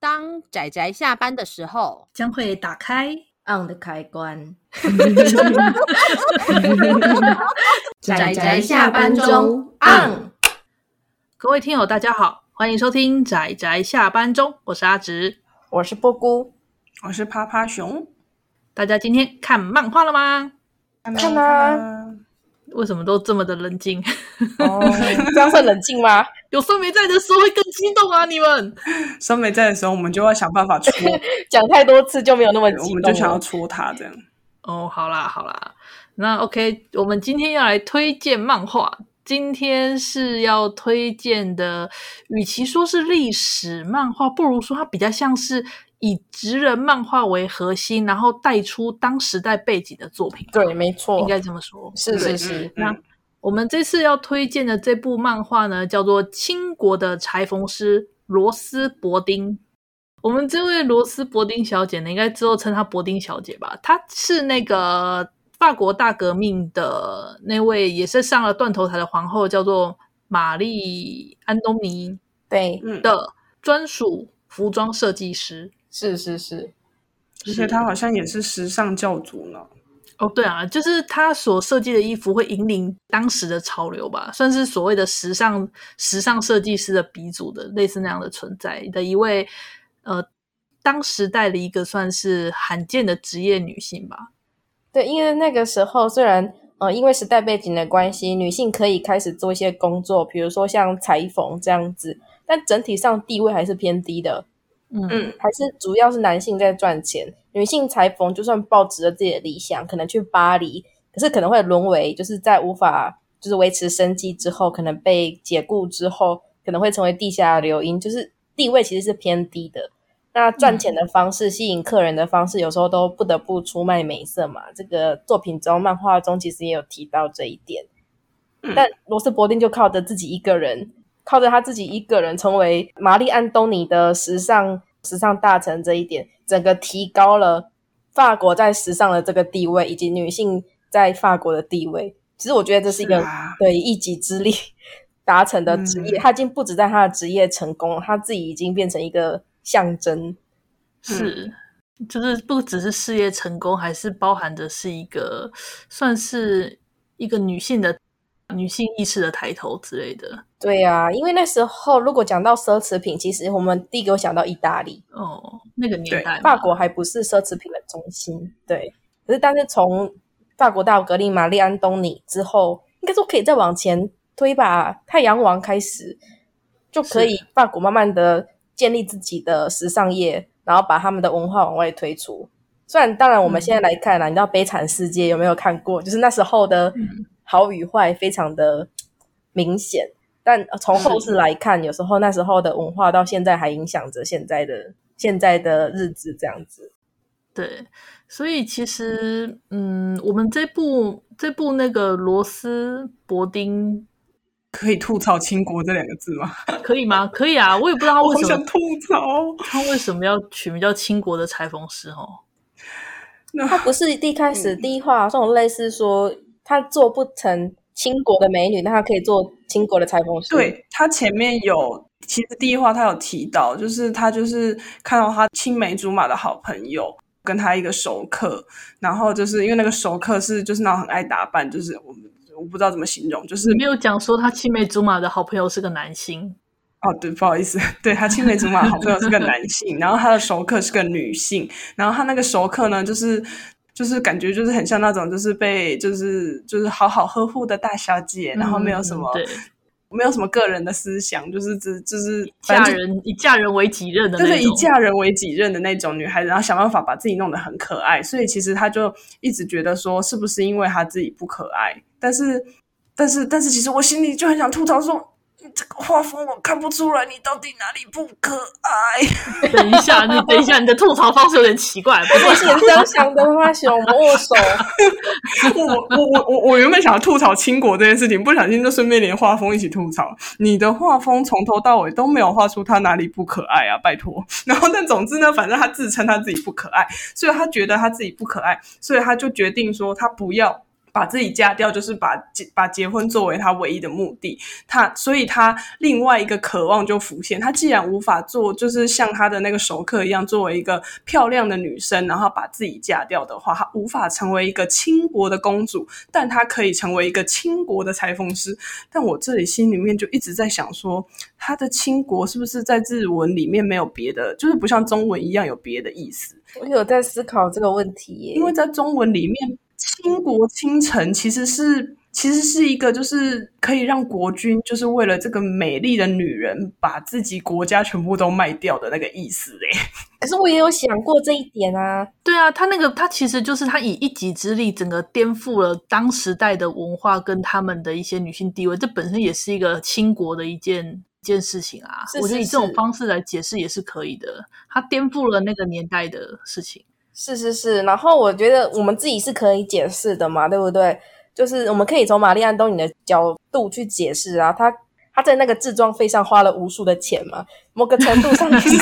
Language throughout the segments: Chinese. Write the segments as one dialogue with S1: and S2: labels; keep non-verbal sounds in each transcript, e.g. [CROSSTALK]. S1: 当仔仔下班的时候，
S2: 将会打开
S3: on 的开关。
S1: [LAUGHS] 宅宅下班中
S3: on。
S2: 各位听友，大家好，欢迎收听《仔仔下班中》，我是阿直。
S3: 我是波姑，
S4: 我是趴趴熊，
S2: 大家今天看漫画了吗？
S3: 看
S4: 到
S3: 啊
S2: 为什么都这么的冷静？ [LAUGHS]
S4: [LAUGHS]
S3: 哦，这样算冷静吗？
S2: 有酸梅在的时候会更激动啊！你们
S4: 看到酸梅在的时候，我们就要想办法
S3: [LAUGHS]
S4: 戳，
S3: 讲太多次就没有那么激
S4: 我
S3: 动
S4: 们
S3: 了。
S4: 就想要戳他这样。
S2: 哦，好啦好啦，那 OK，我们今天要来推荐漫画。今天是要推荐的，与其说是历史漫画，不如说它比较像是以职人漫画为核心，然后带出当时代背景的作品。
S3: 对，没错，
S2: 应该这么说。
S3: 是
S2: 对
S3: 是是，
S4: 嗯
S2: 那我们这次要推荐的这部漫画呢，叫做《清国的裁缝师罗斯伯丁》。我们这位罗斯伯丁小姐呢，应该之后称她伯丁小姐吧？她是那个法国大革命的那位，也是上了断头台的皇后，叫做玛丽·安东尼
S3: 对，
S4: 嗯，
S2: 的专属服装设计师。
S3: 是是是，
S4: 而且他好像也是时尚教主呢。
S2: 哦，对啊，就是他所设计的衣服会引领当时的潮流吧，算是所谓的时尚时尚设计师的鼻祖的类似那样的存在的一位，呃，当时代的一个算是罕见的职业女性吧。
S3: 对，因为那个时候虽然呃，因为时代背景的关系，女性可以开始做一些工作，比如说像裁缝这样子，但整体上地位还是偏低的，
S2: 嗯
S4: 嗯
S3: 还是主要是男性在赚钱。女性裁缝就算抱持了自己的理想，可能去巴黎，可是可能会沦为就是在无法就是维持生计之后，可能被解雇之后，可能会成为地下流莺，就是地位其实是偏低的。那
S4: 嗯
S3: 赚钱的方式、吸引客人的方式，有时候都不得不出卖美色嘛。这个作品中、漫画中其实也有提到这一点。
S4: 嗯
S3: 但罗斯伯丁就靠着自己一个人，靠着他自己一个人成为玛丽·安东尼的时尚时尚大臣这一点，整个提高了法国在时尚的这个地位，以及女性在法国的地位。其实我觉得这是一个
S4: 是啊
S3: 对一己之力达成的职业，
S4: 嗯
S3: 他已经不止在他的职业成功，他自己已经变成一个象征。
S2: 是，就是不只是事业成功，还是包含着是一个算是一个女性的女性意识的抬头之类的。
S3: 对啊，因为那时候如果讲到奢侈品，其实我们第一个会想到意大利，
S2: 哦，那个年
S4: 对
S2: 代嘛，
S3: 法国还不是奢侈品的中心。对，可是但是从法国大革命玛丽安东尼之后，应该说可以再往前推吧，太阳王开始就可以法国慢慢的建立自己的时尚业，然后把他们的文化往外推出。虽然当然我们现在来看啦，你知道《悲惨世界》有没有看过？就是那时候的好与坏非常的明显。但从后世来看，有时候那时候的文化到现在还影响着现在的现在的日子，这样子。
S2: 对，所以其实，嗯，我们这部这部那个罗斯伯丁
S4: 可以吐槽“清国”这两个字吗？
S2: 可以吗？可以啊，我也不知道他
S4: 我好
S2: 为什
S4: 想
S2: 么
S4: 吐槽。
S2: 他为什么要取名叫清国的裁缝师哦。
S3: 他不是一开
S4: 嗯
S3: 始第一话好像有类似说他做不成清国的美女，但他可以做清国的裁缝师。，
S4: 对他前面有，其实第一话他有提到，就是他就是看到他青梅竹马的好朋友跟他一个熟客，然后就是因为那个熟客是就是那种很爱打扮，就是我我不知道怎么形容，就是
S2: 你没有讲说他青梅竹马的好朋友是个男星，
S4: 哦，对，不好意思，对他青梅竹马的好朋友是个男性，然后他的熟客是个女性，然后他那个熟客呢，就是就是感觉就是很像那种就是被就是就是好好呵护的大小姐，然后没有什
S2: 嗯
S4: 么、
S2: 对
S4: 没有什么个人的思想，就是只就是反
S2: 嫁
S4: 正就
S2: 人以嫁人为己任的
S4: 就是
S2: 那
S4: 以
S2: 种。
S4: 嫁人为己任的那种女孩子，然后想办法把自己弄得很可爱，所以其实她就一直觉得说，是不是因为她自己不可爱？但是，但是，但是，其实我心里就很想吐槽说，你这个画风我看不出来你到底哪里不可爱。
S2: 等一下，你等一下，你的吐槽方式有点奇怪，不
S3: 我也是这样想的，花熊握手。
S4: [LAUGHS] 我我我我我原本想要吐槽倾国这件事情，不小心就顺便连画风一起吐槽。你的画风从头到尾都没有画出他哪里不可爱啊，拜托。然后但总之呢，反正他自称他自己不可爱，所以他觉得他自己不可爱，所以他就决定说他不要。把自己嫁掉，就是把结把结婚作为他唯一的目的。他所以他另外一个渴望就浮现，他既然无法做，就是像他的那个熟客一样，作为一个漂亮的女生，然后把自己嫁掉的话，他无法成为一个倾国的公主，但他可以成为一个倾国的裁缝师。但我这里心里面就一直在想说，他的倾国是不是在日文里面没有别的，就是不像中文一样有别的意思？
S3: 我有在思考这个问题耶，
S4: 因为在中文里面，倾国倾城其实是其实是一个，就是可以让国君就是为了这个美丽的女人，把自己国家全部都卖掉的那个意思哎。 [LAUGHS]
S3: 可是我也有想过这一点啊。
S2: 对啊，他那个他其实就是他以一己之力，整个颠覆了当时代的文化跟他们的一些女性地位，这本身也是一个倾国的一件。一件事情啊，
S3: 是是
S2: 我觉得以这种方式来解释也是可以的。它颠覆了那个年代的事情。
S3: 是是是，然后我觉得我们自己是可以解释的嘛，对不对？就是我们可以从玛丽安东尼的角度去解释啊，她她在那个自装费上花了无数的钱嘛，某个程
S4: [LAUGHS]
S3: 度上也是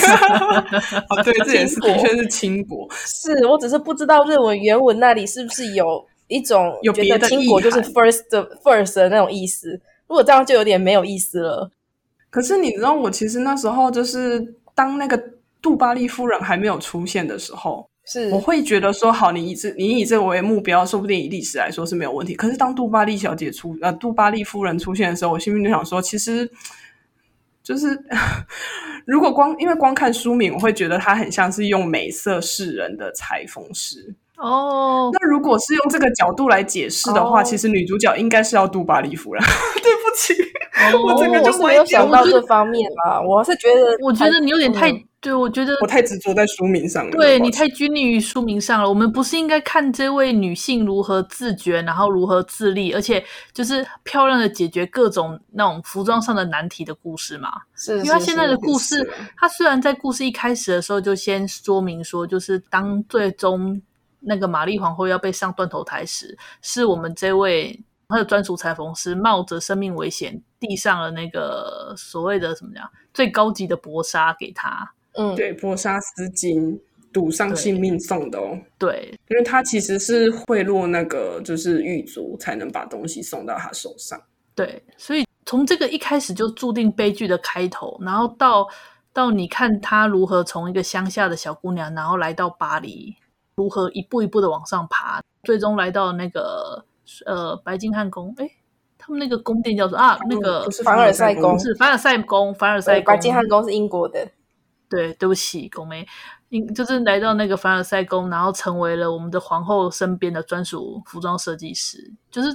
S4: 哦，对，这也是的确是倾国，
S3: 是我只是不知道日文原文那里是不是有一种
S4: 有
S3: 觉
S4: 别
S3: 得
S4: 的
S3: 倾
S4: 意
S3: 国就是
S4: 涵
S3: first 的 first 的那种意思，如果这样就有点没有意思了。
S4: 可是你知道，我其实那时候就是当那个杜巴利夫人还没有出现的时候，
S3: 是
S4: 我会觉得说，好，你以这你以这个为目标，说不定以历史来说是没有问题。可是当杜巴利小姐出呃杜巴利夫人出现的时候，我心里就想说，其实就是 [LAUGHS] 如果光因为光看书名，我会觉得她很像是用美色示人的裁缝师。
S2: 哦，
S4: 那如果是用这个角度来解释的话，
S3: 哦
S4: 其实女主角应该是要杜巴利夫人。 [LAUGHS] 对不起，我这个
S3: 哦
S4: 就
S3: 我是没有
S4: 歪掉
S3: 想
S4: 了
S3: 到
S2: 我觉
S3: 这
S2: 得
S3: 方面啊，我是觉得
S2: 我觉得你有点太
S3: 嗯
S2: 对，我觉得
S4: 我太执着在书名上了。
S2: 对
S4: 抱
S2: 你
S4: 歉
S2: 太拘泥于书名上了。我们不是应该看这位女性如何自觉，然后如何自立，而且就是漂亮的解决各种那种服装上的难题的故事吗？
S3: 是，
S2: 因为他现在的
S3: 故。
S2: 故事
S4: 是啊，
S2: 他虽然在故事一开始的时候就先说明说，就是当最终那个玛丽皇后要被上断头台时，是我们这位他的专属裁缝师冒着生命危险递上了那个所谓的什么讲最高级的薄纱给她。
S3: 嗯，
S4: 对薄纱丝巾赌上性命送的哦，
S2: 对，
S4: 因为他其实是贿赂那个就是狱卒才能把东西送到他手上。
S2: 对，所以从这个一开始就注定悲剧的开头，然后到到你看她如何从一个乡下的小姑娘，然后来到巴黎，如何一步一步的往上爬，最终来到那个呃白金汉宫，哎，他们那个宫殿叫做啊那个
S4: 不是
S3: 凡尔赛宫
S2: 不是凡尔赛宫，凡尔赛
S3: 对，
S2: 宫，
S3: 白金汉宫是英国的，
S2: 对，对不起，宫妹，应就是来到那个凡尔赛宫，然后成为了我们的皇后身边的专属服装设计师，就是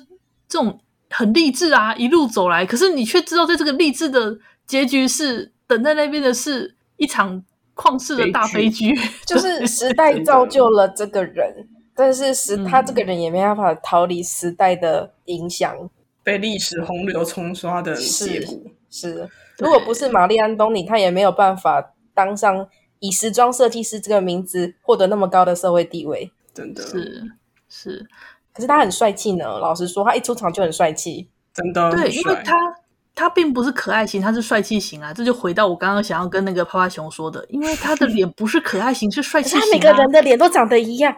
S2: 这种很励志啊，一路走来，可是你却知道，在这个励志的结局是等在那边的是一场旷世的大悲
S4: 悲
S2: 剧，
S4: [LAUGHS]
S3: 就是时代造就了这个人，但是时
S2: 嗯
S3: 他这个人也没办法逃离时代的影响。
S4: 被历史洪流冲刷的结果。
S3: 是，
S2: 对
S3: 如果不是玛丽安东尼，他也没有办法当上以时装设计师这个名字获得那么高的社会地位。
S4: 真的，
S2: 是是，
S3: 可是他很帅气呢，老实说，他一出场就很帅气。
S4: 真的
S2: 对，
S4: 很
S2: 因为
S4: 帅
S2: 他他并不是可爱型，他是帅气型啊，这就回到我刚刚想要跟那个啪啪熊说的，因为他的脸不是可爱型，是帅
S3: 可
S2: 气
S3: 是
S2: 型、啊
S3: 他。每个人的脸都长得一样，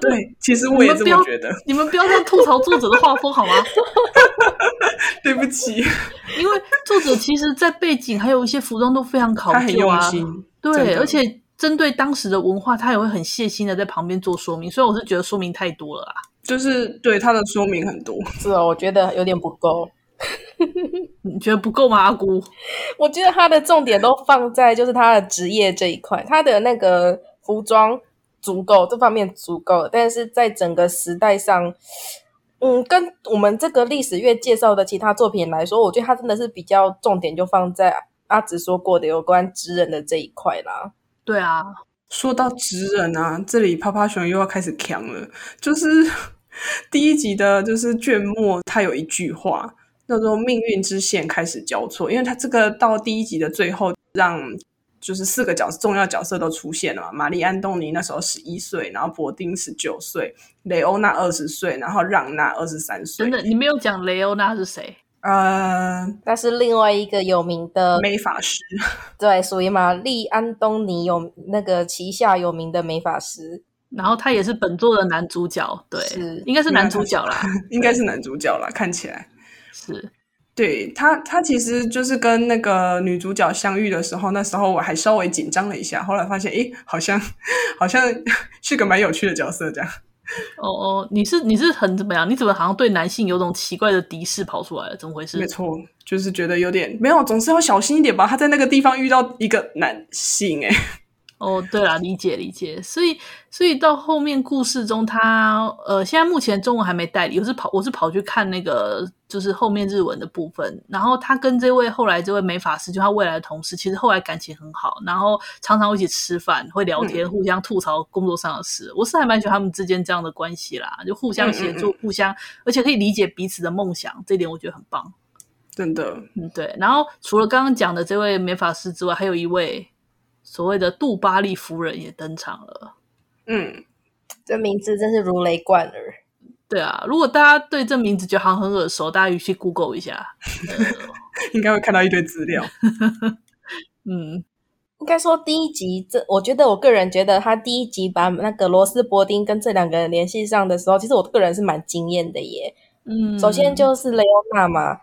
S4: 对，其实我
S2: 你
S4: 也
S2: 们
S4: 这
S2: 不要
S4: 么觉得。 [LAUGHS]
S2: 你们不要这样吐槽作者的画风好吗？
S4: 对不起，
S2: 因为作者其实，在背景还有一些服装都非常考
S4: 他很
S2: 究
S4: 用
S2: 啊，
S4: 心，真
S2: 对，
S4: 的
S2: 而且针对当时的文化，他也会很细心的在旁边做说明。虽然我是觉得说明太多了啦，
S4: 就是对他的说明很多。
S3: [LAUGHS] 是哦，我觉得有点不够。
S2: 你觉得不够吗？阿姑，
S3: 我觉得他的重点都放在就是他的职业这一块，他的那个服装足够，这方面足够，但是在整个时代上，嗯，跟我们这个历史月介绍的其他作品来说，我觉得他真的是比较重点就放在阿紫说过的有关职人的这一块啦。
S2: 对啊，
S4: 说到职人啊，这里趴趴熊又要开始强了，就是 [LAUGHS] 第一集的，就是卷末，他有一句话叫做“命运之线开始交错”，因为他这个到第一集的最后，让就是四个角重要角色都出现了嘛。玛丽安东尼那时候十一岁，然后伯丁十九岁，雷欧娜二十岁，然后让娜二十三
S2: 真，
S4: 岁
S2: 的，你没有讲雷欧娜是谁？
S4: 呃，
S3: 那是另外一个有名的，
S4: 美法师，
S3: 对，属于玛丽安东尼有那个旗下有名的美发师，
S2: 然后他也是本作的男主角，对
S3: 是，
S2: 应该是男主角啦，
S4: 应该是男主角啦，看起来。
S2: 是
S4: 对他，他其实就是跟那个女主角相遇的时候，那时候我还稍微紧张了一下，后来发现，诶，好像好像是个蛮有趣的角色，这样。
S2: 哦哦，你是你是很怎么样？你怎么好像对男性有种奇怪的敌视跑出来了？怎么回事
S4: 没？错，就是觉得有点没有，总是要小心一点吧。他在那个地方遇到一个男性、诶，
S2: 哦，对啦，理解理解。所以所以到后面故事中他，呃，现在目前中文还没代理，我是跑我是跑去看那个就是后面日文的部分。然后他跟这位后来这位美法师，就他未来的同事，其实后来感情很好，然后常常会一起吃饭，会聊天，
S4: 嗯
S2: 互相吐槽工作上的事。我是还蛮喜欢他们之间这样的关系啦，就互相协助，
S4: 嗯
S2: 互相而且可以理解彼此的梦想，这点我觉得很棒。
S4: 真的，
S2: 嗯，对。然后除了刚刚讲的这位美法师之外，还有一位所谓的杜巴利夫人也登场了。
S4: 嗯，
S3: 这名字真是如雷贯耳。
S2: 对啊，如果大家对这名字觉得好像很耳熟，大家去 Google 一下。
S4: 应该会看到一堆资料。
S2: 嗯，
S3: 应该说第一集，这我觉得我个人觉得他第一集把那个罗斯伯丁跟这两个人联系上的时候，其实我个人是蛮惊艳的耶。
S2: 嗯
S3: 首先就是雷欧娜嘛，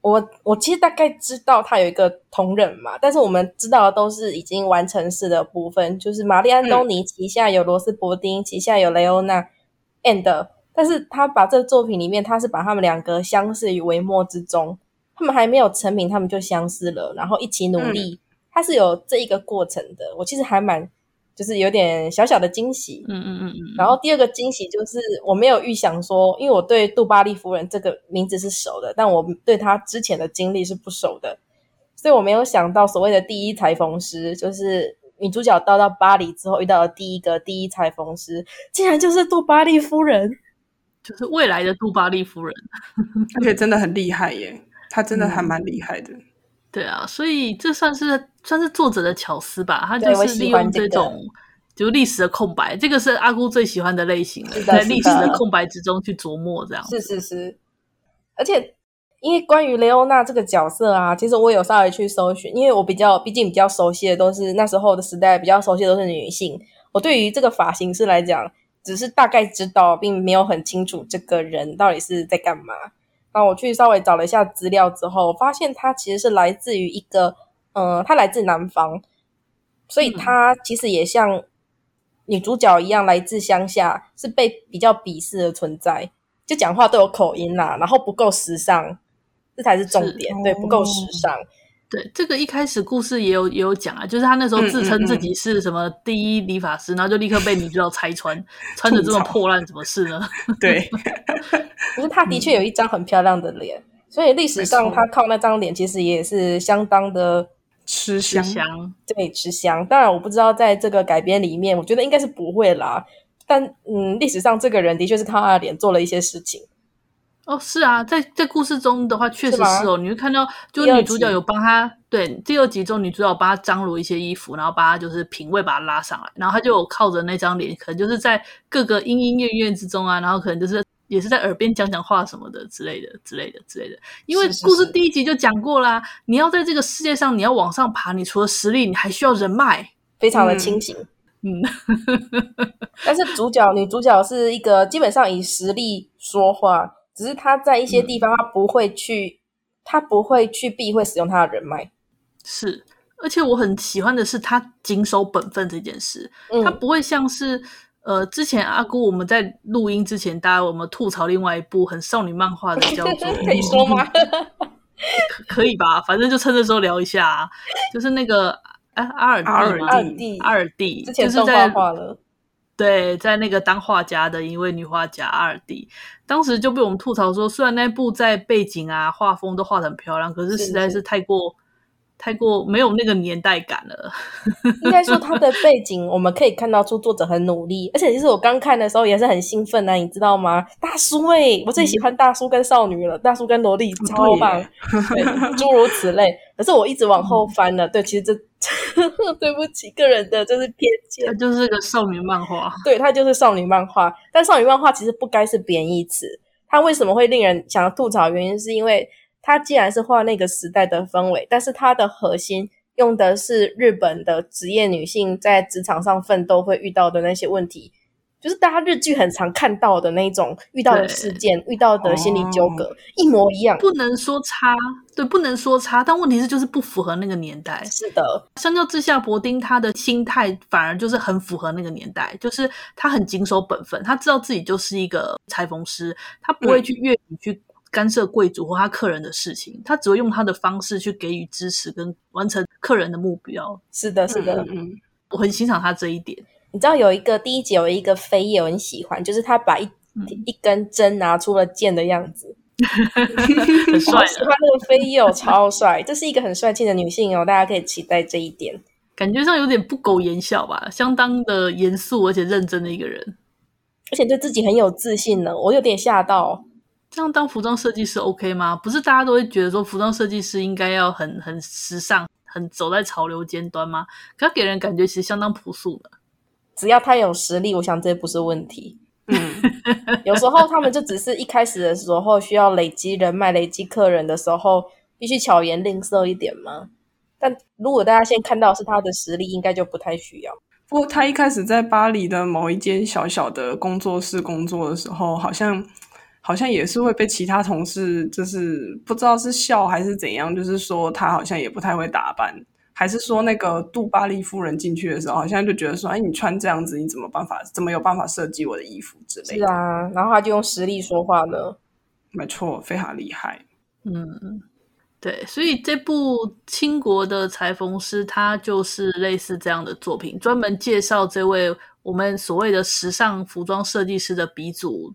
S3: 我我其实大概知道她有一个同人嘛，但是我们知道的都是已经完成式的部分，就是玛丽安东尼旗下有罗斯伯丁，旗下有雷欧娜，and，但是他把这作品里面，他是把他们两个相识于微末之中，他们还没有成名，他们就相识了，然后一起努力，
S2: 嗯
S3: 他是有这一个过程的。我其实还蛮就是有点小小的惊喜，
S2: 嗯嗯嗯嗯，
S3: 然后第二个惊喜就是我没有预想说，因为我对杜巴利夫人这个名字是熟的，但我对她之前的经历是不熟的，所以我没有想到所谓的第一裁缝师，就是女主角到到巴黎之后遇到的第一个第一裁缝师，竟然就是杜巴利夫人。
S2: 就是未来的杜巴利夫人。
S4: 而且真的很厉害耶，他真的还蛮厉害的。
S2: 对啊，所以这算是算是作者的巧思吧，他
S3: 对
S2: 就
S3: 我
S2: 是
S3: 喜
S2: 利
S3: 欢
S2: 用
S3: 这
S2: 这
S3: 个
S2: 种就历史的空白，这个是阿姑最喜欢的类型了，
S3: 是的
S2: 在
S3: 是
S2: 历史的
S3: 的
S2: 空白之中去琢磨这样。
S3: 是是是，而且因为关于雷欧娜这个角色啊，其实我有稍微去搜寻，因为我比较毕竟比较熟悉的都是那时候的时代比较熟悉的都是女性，我对于这个发型师来讲，只是大概知道，并没有很清楚这个人到底是在干嘛。那我去稍微找了一下资料之后，发现他其实是来自于一个，嗯、呃，他来自南方，所以他
S4: 嗯
S3: 其实也像女主角一样来自乡下，是被比较鄙视的存在，就讲话都有口音啦，然后不够时尚，这才是重
S2: 是
S3: 点，对，不够时
S4: 哦
S3: 尚，
S2: 对，这个一开始故事也有也有讲啊，就是他那时候
S4: 嗯
S2: 自
S4: 嗯
S2: 称自
S4: 嗯
S2: 己是什么第一理发师，然后就立刻被女主角拆穿，穿的这么
S4: 吐槽
S2: 破烂，怎么事
S4: [LAUGHS]
S2: 呢？
S4: 对，
S3: 可是他的确有一张很漂亮的脸，所以历史上
S4: 嗯没错
S3: 他靠那张脸其实也是相当的
S4: 吃
S2: 吃
S4: 香
S2: 香，
S3: 对吃香。当然，我不知道在这个改编里面，我觉得应该是不会啦。但嗯，历史上这个人的确是靠他的脸做了一些事情。
S2: 哦，是啊，在在故事中的话，确实
S3: 是吧
S2: 是哦，你会看到，就
S3: 第二
S2: 女主角
S3: 集
S2: 有帮她，对，第二集中女主角帮她张罗一些衣服，然后把她就是品味把她拉上来，然后她就有靠着那张脸，可能就是在各个莺莺怨怨之中啊，然后可能就是也是在耳边讲讲话什么的之类的之类的之类的，因为
S3: 是是
S2: 故事
S3: 是
S2: 第一集就讲过啦，你要在这个世界上你要往上爬，你除了实力，你还需要人脉，
S3: 非常的
S4: 嗯
S3: 清醒，
S2: 嗯， [LAUGHS]
S3: 但是主角女主角是一个基本上以实力说话，只是她在一些
S2: 嗯
S3: 地方她不会去，她不会去避讳使用她的人脉。
S2: 是。而且我很喜欢的是，她谨守本分这件事。它
S3: 嗯，
S2: 不会像是呃，之前阿姑我们在录音之前，大家我们吐槽另外一部很少女漫画的，
S3: [LAUGHS]
S2: 叫做
S3: 可以说吗？
S2: 可以吧？反正就趁这时候聊一下、啊，就是那个啊阿尔蒂
S4: 阿尔
S2: 吗
S3: [LAUGHS] 二弟，
S2: 阿尔蒂，
S3: 之前
S2: 就是
S3: 动
S2: 在
S3: 画化了，
S2: 对，在那个当画家的一位女画家阿尔蒂，当时就被我们吐槽说，虽然那部在背景啊、画风都画得很漂亮，可是
S3: 是
S2: 实在是
S3: 是
S2: 太过太过没有那个年代感了。
S3: 应该说他的背景，我们可以看到出作者很努力，而且其实我刚看的时候也是很兴奋啊，你知道吗？大叔哎、我最喜欢大叔跟少女了，大叔跟萝莉超棒，对，诸如此类。可是我一直往后翻了，对，其实这 [LAUGHS] 对不起个人的就是偏见
S2: 它，就是个少女漫画，
S3: 对，它就是少女漫画。但少女漫画其实不该是贬义词，它为什么会令人想要吐槽？原因是因为它既然是画那个时代的氛围，但是它的核心用的是日本的职业女性在职场上奋斗会遇到的那些问题，就是大家日剧很常看到的那种遇到的事件、遇到的心理纠葛、
S4: 哦
S3: 一模一样。
S2: 不能说差，对，不能说差，但问题是就是不符合那个年代。
S3: 是的，
S2: 相较之下，伯丁他的心态反而就是很符合那个年代，就是他很谨守本分，他知道自己就是一个裁缝师，他不会去越级去干涉贵族或他客人的事情，他只会用他的方式去给予支持跟完成客人的目标。
S3: 是的，是的。
S4: 嗯嗯嗯
S2: 我很欣赏他这一点。
S3: 你知道有一个第一集有一个飞叶我很喜欢，就是他把一、
S2: 嗯
S3: 一根针拿出了剑的样子，
S2: 很帅啊
S3: 我喜
S2: 的
S3: 欢那个飞叶哦， [LAUGHS] 超帅，这是一个很帅气的女性哦，大家可以期待这一点。
S2: [LAUGHS] 感觉上有点不苟言笑吧，相当的严肃而且认真的一个人。
S3: 而且对自己很有自信呢，我有点吓到。
S2: 这样当服装设计师 OK 吗？不是大家都会觉得说服装设计师应该要很很时尚、很走在潮流尖端吗？可他给人感觉其实相当朴素的。
S3: 只要他有实力，我想这不是问题。
S4: 嗯，
S3: 有时候他们就只是一开始的时候需要累积人脉、累积客人的时候，必须巧言令色一点嘛。但如果大家先看到是他的实力，应该就不太需要。
S4: 不过他一开始在巴黎的某一间小小的工作室工作的时候，好像好像也是会被其他同事就是不知道是笑还是怎样，就是说他好像也不太会打扮，还是说那个杜巴利夫人进去的时候，好像就觉得说，哎，你穿这样子，你怎么办法，怎么有办法设计我的衣服之类
S3: 是
S4: 的？
S3: 啊，然后他就用实力说话了。
S4: 没错，非常厉害。
S2: 嗯，对，所以这部清国的裁缝师，他就是类似这样的作品，专门介绍这位我们所谓的时尚服装设计师的鼻祖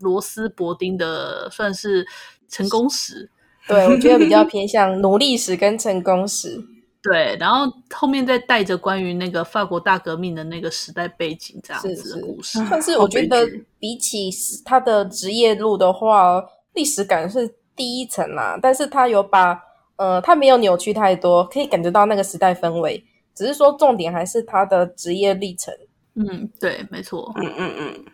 S2: 罗斯伯丁的，算是成功史。
S3: 对，我觉得比较偏向努力史跟成功史。
S2: 对，然后后面再带着关于那个法国大革命的那个时代背景这样
S3: 是
S2: 子
S3: 是
S2: 的故事， [LAUGHS]
S3: 但是我觉
S4: 好
S3: 得
S4: 悲剧
S3: 比起他的职业路的话，历史感是第一层啦。但是他有把呃，他没有扭曲太多，可以感觉到那个时代氛围。只是说重点还是他的职业历程，
S2: 嗯，对，没错，
S4: 嗯嗯嗯，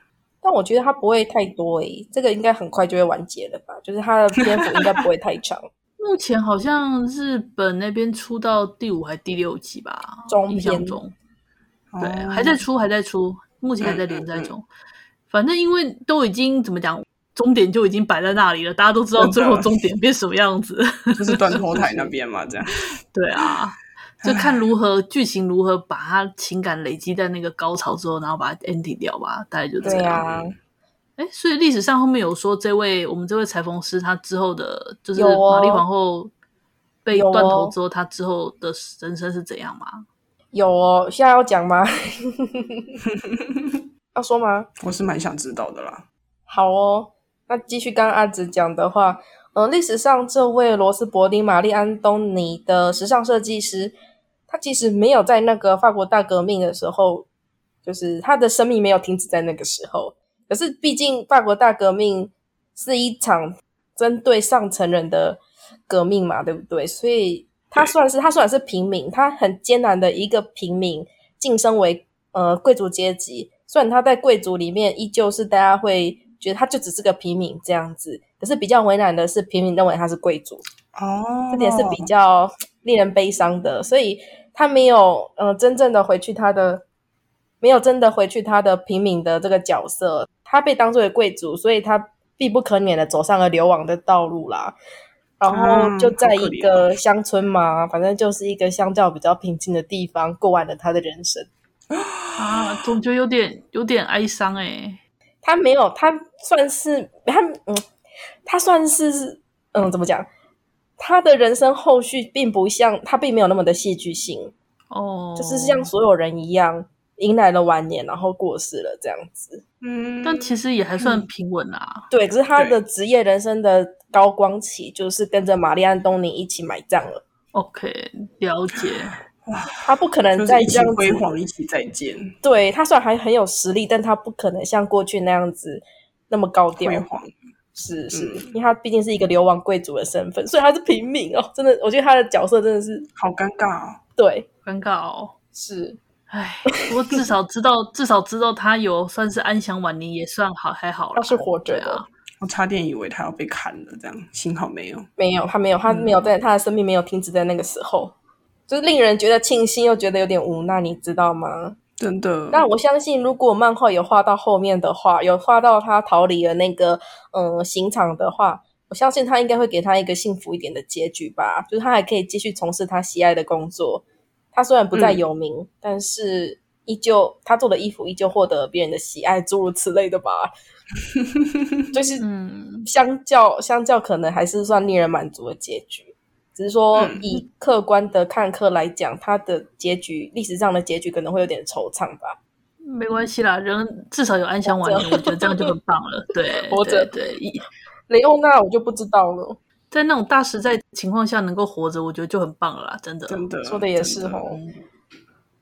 S3: 但我觉得他不会太多诶、这个应该很快就会完结了吧？就是他的篇幅应该不会太
S2: [LAUGHS]
S3: 长，
S2: 目前好像日本那边出到第五还第六集吧，
S3: 中
S2: 印象
S3: 篇
S2: 中，对，
S4: 哦
S2: 还在出，还在出，目前还
S3: 嗯
S2: 在连载中。反正因为都已经怎么讲，终点就已经摆在那里了，大家都知道
S4: 真的
S2: 最后终点变什么样子。 [LAUGHS]
S4: 就是断头台那边嘛，这样。
S2: 对啊，就看如何剧情如何把它情感累积在那个高潮之后，然后把它 ending 掉吧，大概就这
S3: 对
S2: 样。
S3: 啊，
S2: 哎、所以历史上后面有说这位我们这位裁缝师，他之后的就是
S3: 有哦
S2: 玛丽皇后被
S3: 有哦
S2: 断头之后，他之后的人生是怎样吗？
S3: 有哦，现在要讲吗？ [LAUGHS] 要说吗？
S4: 我是蛮想知道的啦。
S3: 好哦，那继续刚刚阿紫讲的话，呃，历史上这位罗斯伯丁·玛丽·安东尼的时尚设计师，他其实没有在那个法国大革命的时候，就是他的生命没有停止在那个时候。可是，毕竟法国大革命是一场针对上层人的革命嘛，对不对？所以他算是他虽然是平民，他很艰难的一个平民晋升为呃贵族阶级。虽然他在贵族里面依旧是大家会觉得他就只是个平民这样子，可是比较为难的是平民认为他是贵族，
S4: 哦，
S3: 这点是比较令人悲伤的。所以他没有呃真正的回去他的，没有真的回去他的平民的这个角色，他被当作为贵族，所以他必不可免的走上了流亡的道路啦。然后
S4: 嗯
S3: 就在
S4: 好可
S3: 一
S4: 怜
S3: 个乡村嘛，反正就是一个相较比较平静的地方，过完了他的人生。
S2: 啊，总觉得有点有点哀伤哎、
S3: 他没有，他算是他嗯，他算是嗯，怎么讲？他的人生后续并不像他并没有那么的戏剧性，
S2: 哦，
S3: 就是像所有人一样，迎来了晚年，然后过世了这样子。
S4: 嗯，
S2: 但其实也还算平稳啦。
S3: 对，可是他的职业人生的高光期就是跟着玛丽安东尼一起埋葬了，
S2: OK，了解。
S3: 他不可能
S4: 就
S3: 再
S4: 是一
S3: 这
S4: 起
S3: 样子
S4: 辉煌，一起再见，
S3: 对他虽然还很有实力，但他不可能像过去那样子那么高调
S4: 辉。煌。
S3: 是是，
S4: 嗯
S3: 因为他毕竟是一个流亡贵族的身份，所以他是平民哦。真的，我觉得他的角色真的是
S4: 好尴尬、哦，
S3: 对，
S2: 尴尬哦。
S3: 是
S2: 唉，不过至少知道，至少知道他有算是安享晚年，也算好，还好啦
S3: 他是活着
S2: 对
S3: 的，
S2: 啊。
S4: 我差点以为他要被砍了，这样幸好没有。
S3: 没有他没有他没有在、他的生命没有停止在那个时候，就是令人觉得庆幸又觉得有点无奈，你知道吗？
S4: 真的。
S3: 那我相信，如果漫画有画到后面的话，有画到他逃离了那个嗯刑场的话，我相信他应该会给他一个幸福一点的结局吧。就是他还可以继续从事他喜爱的工作。他虽然不再有名，但是依旧他做的衣服依旧获得别人的喜爱，诸如此类的吧。就是
S2: 嗯，
S3: 相较相较，可能还是算令人满足的结局。只是说，以客观的看客来讲，它的结局，历史上的结局可能会有点惆怅吧。
S2: 没关系啦，人至少有安享晚年，我觉得这样就很棒了。对，
S3: [LAUGHS] 活着
S2: 对，对一
S3: 雷欧娜我就不知道了，
S2: 在那种大时代情况下能够活着，我觉得就很棒了啦，真的。
S4: 真的
S3: 说的也是哦。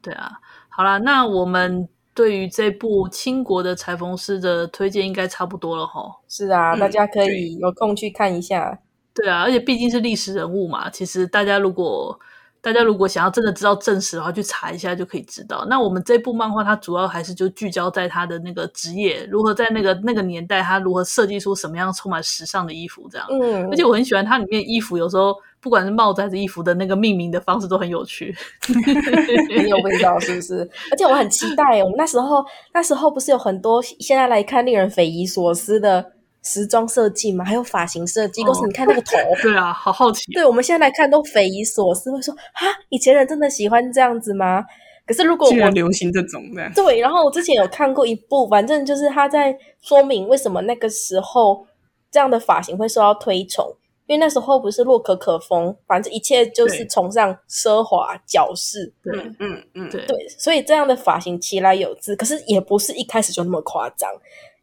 S2: 对啊，好啦，那我们对于这部《清国的裁缝师》的推荐应该差不多了哈。
S3: 是啊，
S4: 嗯
S3: 大家可以有空去看一下。
S2: 对啊，而且毕竟是历史人物嘛，其实大家如果大家如果想要真的知道正史的话，去查一下就可以知道。那我们这部漫画它主要还是就聚焦在他的那个职业，如何在那个那个年代他如何设计出什么样充满时尚的衣服这样。
S3: 嗯，
S2: 而且我很喜欢它里面衣服，有时候不管是帽子还是衣服的那个命名的方式都很有趣。
S3: 很有味道，是不是？而且我很期待，哦我们那时候那时候不是有很多现在来看令人匪夷所思的时装设计吗？还有发型设计，
S2: 哦
S3: 或是你看那个头。
S2: 对啊，好好奇哦。
S3: 对，我们现在来看都匪夷所思，会说啊，以前人真的喜欢这样子吗？可是如果
S4: 居然
S3: 我
S4: 流行这种这样，
S3: 对，然后我之前有看过一部，反正就是他在说明为什么那个时候这样的发型会受到推崇，因为那时候不是洛可可风，反正一切就是
S4: 对
S3: 崇尚奢华矫饰，
S2: 对
S4: 嗯嗯，
S2: 对
S3: 对，所以这样的发型其来有自，可是也不是一开始就那么夸张。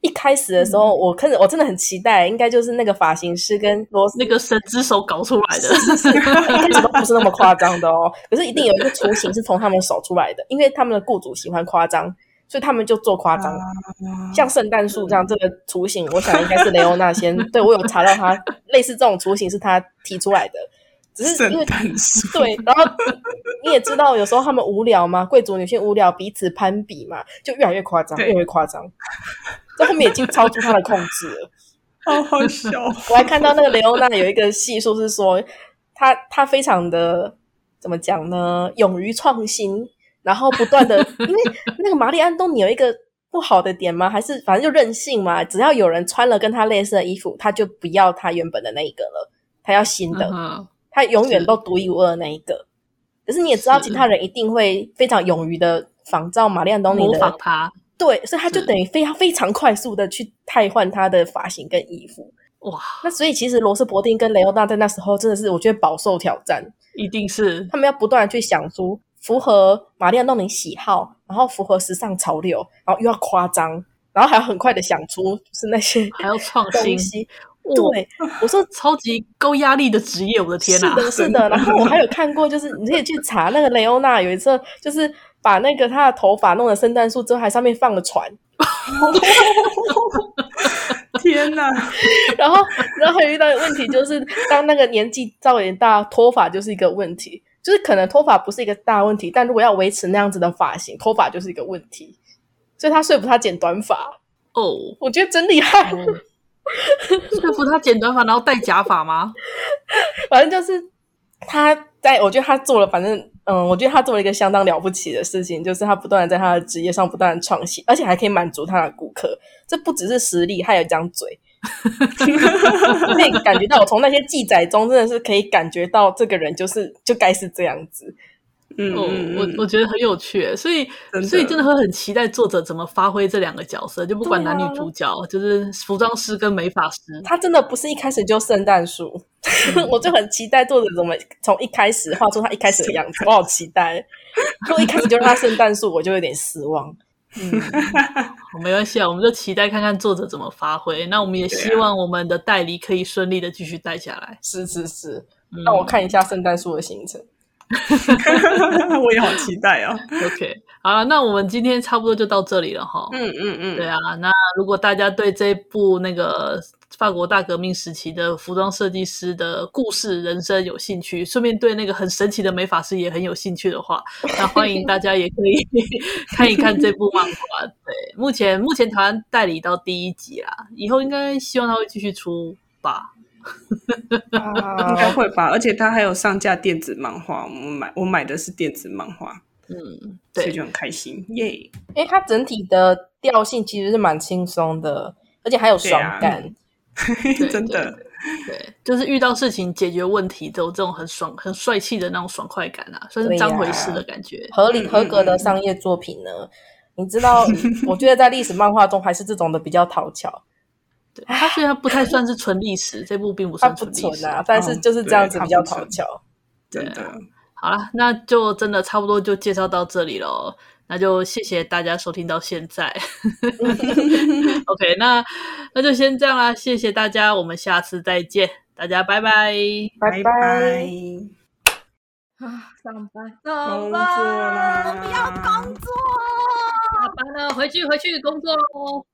S3: 一开始的时
S4: 嗯
S3: 候，我看着我真的很期待，应该就是那个发型师跟罗斯
S2: 那个神之手搞出来的，
S4: [LAUGHS]
S3: 一开始都不是那么夸张的哦，可是一定有一个雏形是从他们手出来的，因为他们的雇主喜欢夸张，所以他们就做夸张。
S4: 啊
S3: 像圣诞树这样这个雏形，我想应该是雷欧娜
S4: [LAUGHS]
S3: 先，对我有查到他类似这种雏形是他提出来的，只是因
S4: 圣
S3: 为
S4: 诞
S3: [LAUGHS]
S4: 树，
S3: 对，然后你也知道，有时候他们无聊嘛，贵族女性无聊，彼此攀比嘛，就越来越夸张，
S4: 对
S3: 越来越夸张，这后面已经超出他的控制了。
S4: 好好笑。
S3: 我还看到那个雷欧娜有一个系数是说，她她非常的怎么讲呢？勇于创新，然后不
S2: [LAUGHS]
S3: 断的，因为那个玛丽安东尼有一个不好的点吗？还是反正就任性嘛，只要有人穿了跟她类似的衣服，她就不要她原本的那一个了，她要新的，
S2: 嗯
S3: 她永远都独一无二的那一个。可是你也知道，
S2: 是
S3: 其他人一定会非常勇于的仿照玛丽安东尼
S2: 模
S3: 的
S2: 仿他，
S3: 对，所以他就是等于非常非常快速的去汰换他的发型跟衣服。
S2: 哇，
S3: 那所以其实罗斯伯丁跟雷欧娜在那时候真的是我觉得饱受挑战，
S2: 一定是
S3: 他们要不断的去想出符合玛丽安东尼喜好，然后符合时尚潮流，然后又要夸张，然后还要很快的想出就是那些
S2: 还要创啊新
S3: 东，西。
S2: 哇，
S3: 对，我说
S2: 超级高压力的职业，我的天
S3: 是
S2: 哪！
S3: 的，是
S2: [LAUGHS]
S3: 的。然后我还有看过，就是你可以去查那个雷欧娜有一次，就是把那个她的头发弄成圣诞树之后，还上面放了船，
S4: 天哪，
S3: [LAUGHS] 然后，然后还遇到的问题就是，当那个年纪稍微大，脱发就是一个问题。就是可能脱发不是一个大问题，但如果要维持那样子的发型，脱发就是一个问题。所以他说服他剪短发，
S2: 哦，
S3: 我觉得真厉害。
S2: 说服他剪短发，然后戴假发吗？
S3: 反正就是他在，我觉得他做了，反正嗯，我觉得他做了一个相当了不起的事情，就是他不断的在他的职业上不断的创新，而且还可以满足他的顾客。这不只是实力，还有一张 [LAUGHS] 嘴。可以感觉到，我从那些记载中真的是可以感觉到，这个人就是就该是这样子。
S4: 嗯，
S2: 哦
S4: 嗯，
S2: 我我觉得很有趣耶，所以
S4: 真的
S2: 所以真的会很期待作者怎么发挥这两个角色，就不管
S3: 对啊
S2: 男女主角，就是服装师跟美发师。
S3: 他真的不是一开始就圣诞树， [LAUGHS] 我就很期待作者怎么从一开始画出他一开始的样子，我好期待。如果一开始就让他圣诞树，我就有点失望。
S2: 嗯，好没关系啊，我们就期待看看作者怎么发挥。那我们也
S4: 对啊
S2: 希望我们的代理可以顺利的继续带下来。
S3: 是是是，
S2: 嗯
S3: 让我看一下圣诞树的行程。
S4: 嗯 [LAUGHS] 我也好期待哦。
S2: OK，好了，那我们今天差不多就到这里了哈。
S4: 嗯嗯嗯，
S2: 对啊，那如果大家对这部那个法国大革命时期的服装设计师的故事、人生有兴趣，顺便对那个很神奇的美发师也很有兴趣的话，那欢迎大家也可以 [LAUGHS] 看一看这部漫画。对，目前目前台湾代理到第一集啦，以后应该希望他会继续出吧。
S4: 应该
S3: 啊，
S4: 啊会吧，而且它还有上架电子漫画，我们买我买的是电子漫画，
S2: 嗯，
S4: 所以
S2: 对，
S4: 就很开心，耶！
S3: [LAUGHS] 因为它整体的调性其实是蛮轻松的，而且还有爽感。
S2: 对
S4: [LAUGHS] 真的，
S2: 对，就是遇到事情解决问题都有这种很爽、很帅气的那种爽快感啊，算是
S3: 对
S2: 张回
S3: 呀
S2: 事的感觉。
S3: 合
S4: 嗯
S3: 理合格的商业作品呢？
S4: [LAUGHS]
S3: 你知道，我觉得在历史漫画中还是这种的比较讨巧，
S2: 对，它虽然不太算是纯历史，这部并不算
S3: 它不
S2: 纯历
S3: 纯
S2: 史。
S3: 啊，但是就是这样子比较讨巧。
S4: 真
S2: 对
S4: 的，
S2: 好啦，那就真的差不多就介绍到这里喽。那就谢谢大家收听到现
S3: [LAUGHS]
S2: 在。OK，那那就先这样啦，谢谢大家，我们下次再见，大家拜拜。
S4: 拜
S3: 拜。
S1: 啊，上班，
S4: 工
S1: 上
S4: 作啦，
S1: 班，我不要工作。
S2: 下班了，回去回去工作喽。